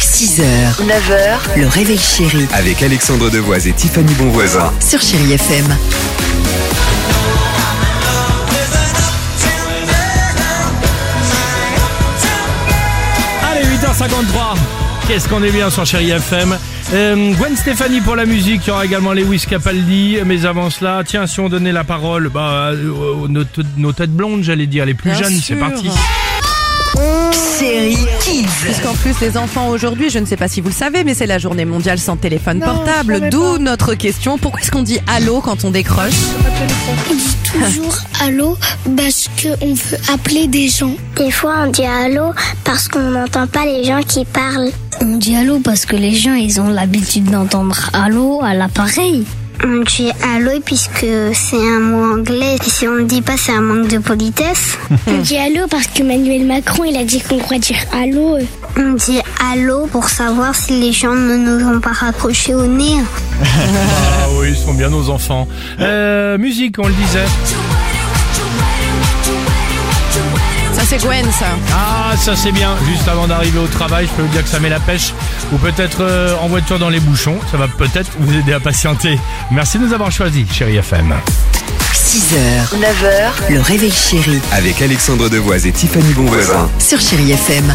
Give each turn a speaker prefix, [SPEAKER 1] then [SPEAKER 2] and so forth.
[SPEAKER 1] 6h, 9h, le réveil chéri
[SPEAKER 2] Avec Alexandre Devoise et Tiffany Bonvoisin.
[SPEAKER 1] sur Chéri FM.
[SPEAKER 3] Allez, 8h53. Qu'est-ce qu'on est bien sur Chéri FM. Euh, Gwen Stéphanie pour la musique. Il y aura également Lewis Capaldi. Mais avant cela, tiens, si on donnait la parole, bah, euh, nos, t- nos têtes blondes, j'allais dire, les plus
[SPEAKER 4] Bien
[SPEAKER 3] jeunes, c'est
[SPEAKER 4] sûr.
[SPEAKER 3] parti.
[SPEAKER 1] Série Kids.
[SPEAKER 4] Puisqu'en plus, les enfants, aujourd'hui, je ne sais pas si vous le savez, mais c'est la journée mondiale sans téléphone portable. D'où notre question. Pourquoi est-ce qu'on dit allô quand on décroche
[SPEAKER 5] On dit toujours allô parce qu'on veut appeler des gens.
[SPEAKER 6] Des fois, on dit allô parce qu'on n'entend pas les gens qui parlent.
[SPEAKER 5] On dit allô parce que les gens, ils ont l'habitude d'entendre allô à l'appareil.
[SPEAKER 6] On dit allô puisque c'est un mot anglais. Et si on ne dit pas, c'est un manque de politesse.
[SPEAKER 5] On dit allô parce que Emmanuel Macron, il a dit qu'on croit dire allô.
[SPEAKER 6] On dit allô pour savoir si les gens ne nous ont pas rapprochés au nez.
[SPEAKER 3] Ah oui, ils sont bien nos enfants. Euh, musique, on le disait.
[SPEAKER 4] Ça, c'est Gwen, ça.
[SPEAKER 3] Ah, ça c'est bien. Juste avant d'arriver au travail, je peux vous dire que ça met la pêche. Ou peut-être euh, en voiture dans les bouchons. Ça va peut-être vous aider à patienter. Merci de nous avoir choisis, Chéri FM.
[SPEAKER 1] 6h, 9h, le réveil chéri
[SPEAKER 2] Avec Alexandre Devoise et Tiffany Bonvoisin.
[SPEAKER 1] sur Chéri FM.